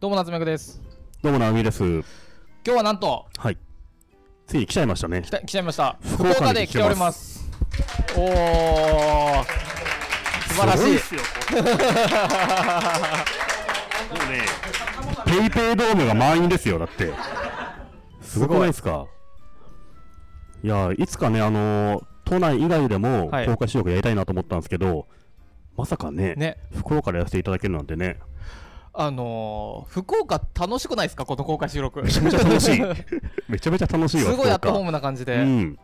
どうも夏目くですどうも、なおみです。今日はなんとはい。ついに来ちゃいましたね来。た来ちゃいました福岡にで来ておりますおお素晴らしいすペイペイドームが満員ですよ、だって。すごくないですかいや、いつかね、あのー都内以外でもはい公開収録やりたいなと思ったんですけど、まさかね、ね福岡でやらせていただけるなんてね、あのー、福岡楽しくないですかこの公開収録すめちゃめ ちゃ楽しい。めちゃめちゃ楽しいわ、ごいアットホームムな感じうで、ん。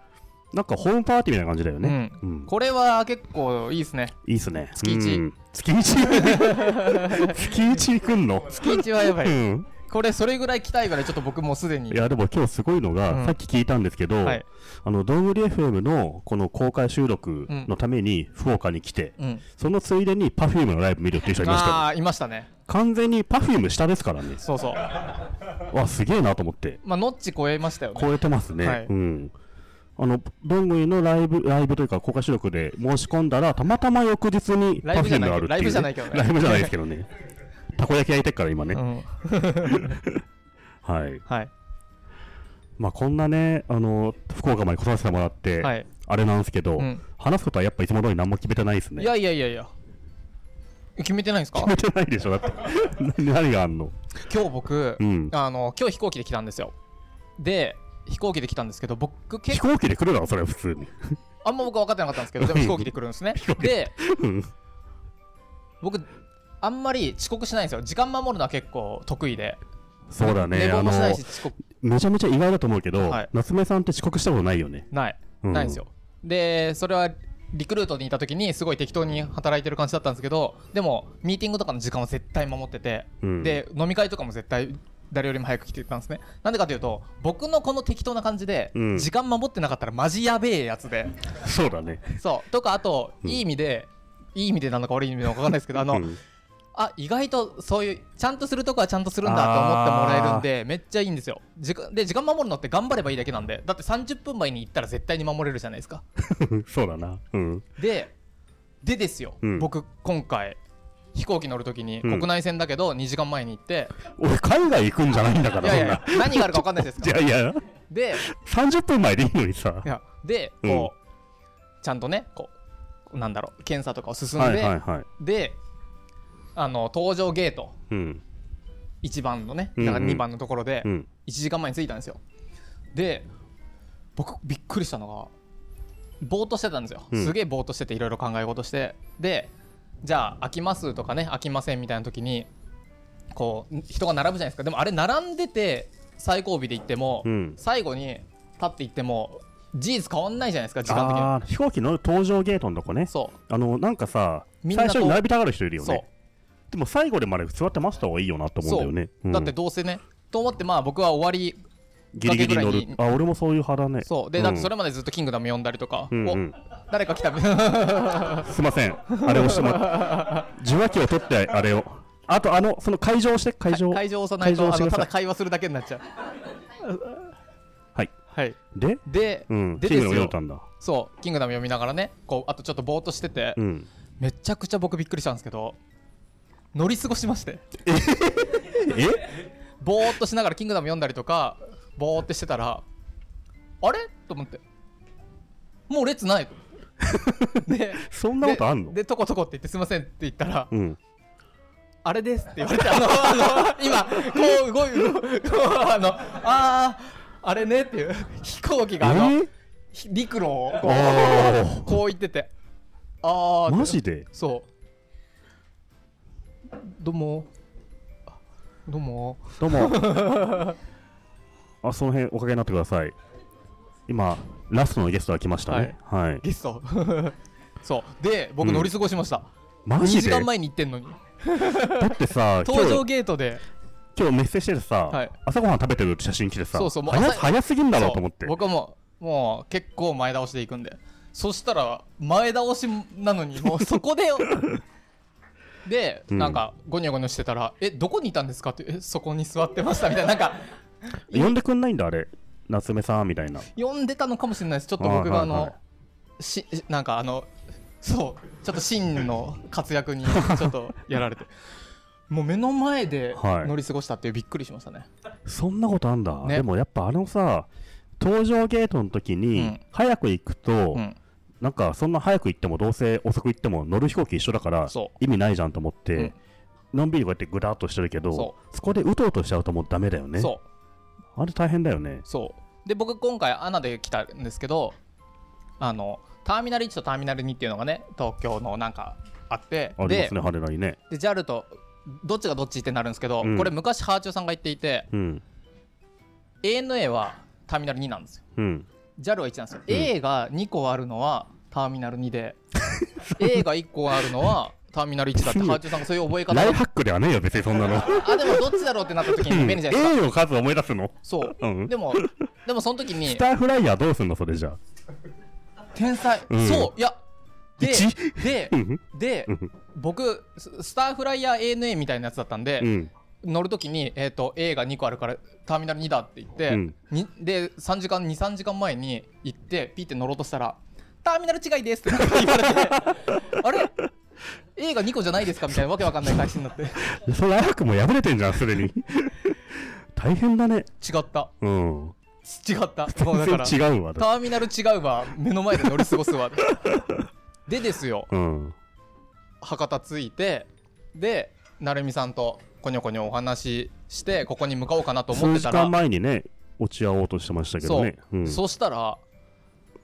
なんかホームパーティーみたいな感じだよね。うんこれは結構いいですねいいっすね。月一うん。月一 月一行くんの月一はやばういん。これそれぐらい来たいぐらいちょっと僕もうすでにいや、でも今日すごいのが、うんさっき聞いたんですけど、はいあの、ドームリ FM のこの公開収録のために福岡に来て、うんそのついでに Perfume のライブ見るっていう人いましたよ。あーいましたね完全に Perfume 下ですか らね。そうそうわ、すげえなと思って。まあノッチ超えましたよね超えてますね。はいうん。あの、どんぐりのライブ、ライブというか公開収録で申し込んだら、たまたま翌日にライブじゃ Perfume ないがあるっていう、ね。ライブじゃないけどねライブじゃないですけどね。 たこ焼き焼いてっから今ね。うんはい。はいまあこんなね、あの、福岡まで来させてもらって、はいあれなんですけど、うん話すことはやっぱいつも通り何も決めてないですね。いやいやいやいや決めてないんですか決めてないで しょ、だって。な何があんの今日僕、うん。あの今日飛行機で来たんですよで飛行機で来たんですけど僕飛結構行機で来るだろ、それは普通に。あんま僕は分かってなかったんですけどでも飛行機で来るんで すねでうん僕あんまり遅刻しないんですよ時間守るのは結構得意で、そうだね、寝あ坊ものし、ないし遅刻めちゃめちゃ意外だと思うけど、はい夏目さんって遅刻したことないよね。ない、うんないんですよでそれはリクルートにいた時にすごい適当に働いてる感じだったんですけどでもミーティングとかの時間は絶対守ってて、うんで飲み会とかも絶対誰よりも早く来てたんですねなんでかというと僕のこの適当な感じで、うん時間守ってなかったらマジやべえやつでそうだね。そうとかあと、うんいい意味でいい意味でなのか悪い意味なのか分かんないですけどあの、うん あ意外とそういうちゃんとするとこはちゃんとするんだと思ってもらえるんでめっちゃいいんですよ時間で時間守るのって頑張ればいいだけなんでだって30分前に行ったら絶対に守れるじゃないですかそうだな。うん。ででですよ、うん僕今回飛行機乗るときにうん国内線だけど2時間前に行って、俺、海外行くんじゃないんだかいやら、いそんやな。何があるか分かんないじゃないですいかやいや、で30分前でいいのにさい。やでうんこう、ちゃんとねこうなんだろう検査とかを進んで、はいはいはい。であの搭乗ゲートうん。 1番のねうんだうんから2番のところでうん。 1時間前に着いたんですよで僕びっくりしたのがぼーっとしてたんですよ、うんすげえぼーっとしてていろいろ考え事してでじゃあ飽きますとかね飽きませんみたいな時にこう人が並ぶじゃないですかでもあれ並んでて最後尾で行っても、うん。最後に立って行っても事実変わんないじゃないですか時間的にあー飛行機の搭乗ゲートのとこね。そあの、なんかさ、みんな最こう初に並びたがる人いるうよそうね。でも最後でまで座って待つた方がいいよなと思うんだよね。うんだってどうせねと思ってまあ僕は終わりギリギ崖ぐリ乗らいるに。あ、俺もそういう派だね。そうでんだってそれまでずっと「キングダム」読んだりとか、うんうんお誰か来たすいません。あれをしてもら って。受話器を取って、あれを。あと、あの、その会場をして、会場。会場を押さない会と場をあしてのくだたさだい。会話するだけになっちゃうはい。はいで、で、うん、でチーでムのす読よんだんだ。そう「キングダム」読みながらねこうあとちょっとぼーっとしてて、うん。めちゃくちゃ僕びっくりしたんですけど乗り過ごしましてえぼーっとしながら「キングダム」読んだりとかぼーってしてたらあれと思ってもう列ないとでそんなことあんのででとことこって言って「すいません」って言ったらうん。あれですって言われて、あの、あの今、こう動い、動いこうあの、あー、あれねっていう、飛行機えがあの、ーひ陸路をこあう、こう言ってて、あーーって、マジでそう。どうも。あどうも。どうも。あ、その辺おかけになってください。今、ラストのゲストが来ましたね。はい。ゲスト。 そう。で、僕うん乗り過ごしました。マ2ジ時で間前に行ってんのに。だってさ、今搭日乗ゲートで、今日メッセージしててさ、はい朝ごはん食べてる写真来てさ、そうそうもう早朝早すぎんだろうそうと思って。僕はもうもう結構前倒しで行くんでそしたら前倒しなのにもうそこ でで、うんなんかゴニョゴニョしてたら「えどこにいたんですか?」って「えそこに座ってました」みたいななんか呼んでくんないんだ、あれ。夏目さんみたいな。呼んでたのかもしれないですちょっと僕があの、はいはいはしなん かあのそうちょっと真の活躍にちょっとやられてもう目の前ではい乗り過ごしたっていうびっくりしましたね、そんなことあんだ、ねでもやっぱあのさ搭乗ゲートの時うにん早く行くと、うんなんかそんな早く行ってもどうせ遅く行っても乗る飛行機一緒だからそ意味ないじゃんと思って、うんのんびりこうやってぐだっとしてるけどそそこでうとうとしちゃうともうダメだよねそうあれ大変だよねそうで僕今回アナで来たんですけどあのターミナル1とターミナル2っていうのがね東京のなんかあってありまですね羽田にねで JAL とどっちがどっちってなるんですけど、うんこれ昔ハーチューさんが言っていてうん ANA はターミナル2なんですようん JAL は1なんですよ、うん A が2個あるのはターミナル2で A が1個あるのはターミナル1だってハーチューさんがそういう覚え方ライでフハックではねえよ別にそ んなのあでもどっちだろうってなった時うにん便利じゃない ですか A の数思い出すのそううんでもでもその時スにターフライヤーどうすんのそれじゃあ天才、うんそういやで一でうんでうん僕ススターフライヤー ANA みたいなやつだったんで、うん乗るときに、えー、と A が2個あるからターミナル2だって言って、うんにで3時間23時間前に行ってピッて乗ろうとしたら「ターミナル違いです」って言われて 「あれ ?A が2個じゃないですか?」みたいなわけわかんない返しになって違そのライフハックも破れてんじゃんす でに大変だねったうん違ったそうだから全タ然違うわだーミナル違うわ目の前で乗り過ごすわでですようん博多着いてで成美さんとこにょこにょお話ししてここに向かおうかなと思っ数てた時間ら前にね落ち合おうとしてましたけどねうんそしたら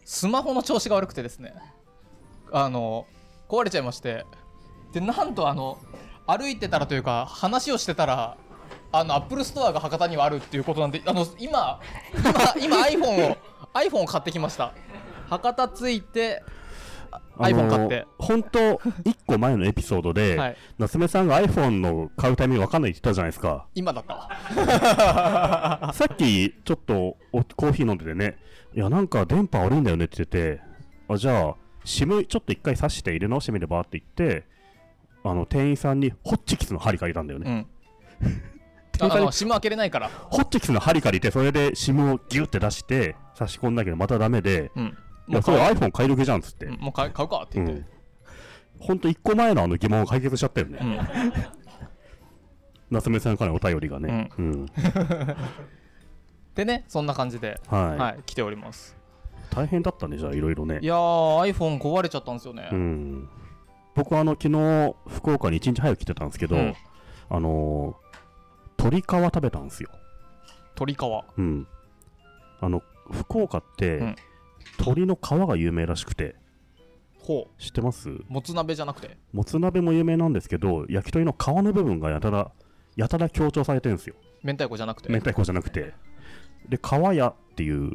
スマホの調子が悪くてですねあの壊れちゃいましてでなんとあの歩いてたらというか話をしてたらあのアップルストアが博多にはあるっていうことなんであの今今今 iPhone を iPhone を買ってきました博多着いてあの iPhone 買って本当一個前のエピソードで、はい夏目さんが iPhone の買うタイミング分かんないって言ったじゃないですか今だったわ さっきちょっとおコーヒー飲んでてねいやなんか電波悪いんだよねって言っててあじゃあ SIM ちょっと一回挿して入れ直してみればって言ってあの店員さんにホッチキスの針借りたんだよね、うん店あ員さんにの SIM 開けれないからホッチキスの針借りてそれで SIM をギュって出して差し込んだけどまたダメで、うんもういやそ買れう iPhone 買い時じゃんっつって、うんもう買う買うかって言って、ほんと1個前のあの疑問を解決しちゃったよね、うん夏目さんからのお便りがね、うんでねそんな感じで、はいはい、来ております大変だったねじゃあいろいろね いやー iPhone 壊れちゃったんですよね、うん、僕はあの昨日福岡に1日早く来てたんですけど、うんあのー、鶏皮食べたんですよ、鳥皮うん、あの福岡って、うん鶏の皮が有名らしくてほ知ってますうもつ鍋じゃなくてもつ鍋も有名なんですけど焼き鳥の皮の部分がやたらやたら強調されてるんですよ明太子じゃなくて明太子じゃなくてで皮屋っていう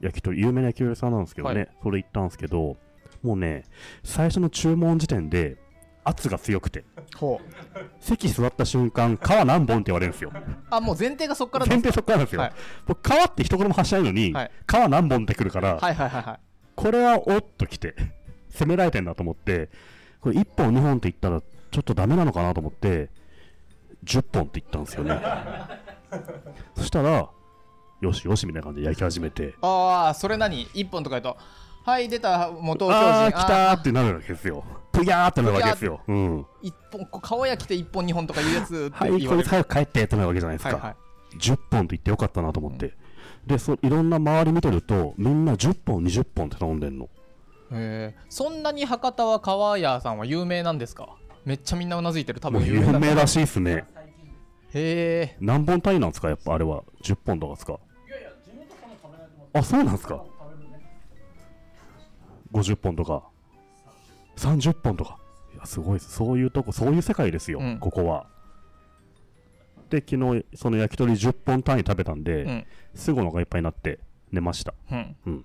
焼き鳥有名な焼き鳥屋さんなんですけどね、はそれ行ったんですけどもうね最初の注文時点で圧が強くてほう席座った瞬間皮何本って言われるんですよあもう前提がそこから前です提そっからなんですよ、はい僕皮って一言も発しないのに、はい皮何本ってくるから、はいはいはいはいこれはおっときて攻められてんだと思ってこれ1本2本って言ったらちょっとダメなのかなと思って10本って言ったんです よねそしたらよしよしみたいな感じで焼き始めてああそれ何1本とか言うとはい出たもう東京ああ人ー来たーってなるわけですよぷぎゃーってなるわけですよ、うん、 1本こう皮焼きて1本2本とかいうやつっはてい言われこれる、早く帰ってってなるわけじゃないですはいか、はい10本って言ってよかったなと思って、でそいろんな周り見てるとみんな10本20本って頼んでんのへーそんなに博多は皮屋さんは有名なんですかめっちゃみんなうなずいてる多も分う有有名だへ名らしいですねえ何本単位なんですかやっぱあれは10本とかですかあそうなんですか50本とか30本とかいやすごいですそういうとこそういう世界ですよ、うんここはで昨日その焼き鳥10本単位食べたんで、うんすぐお腹いっぱいになって寝ましたうんうん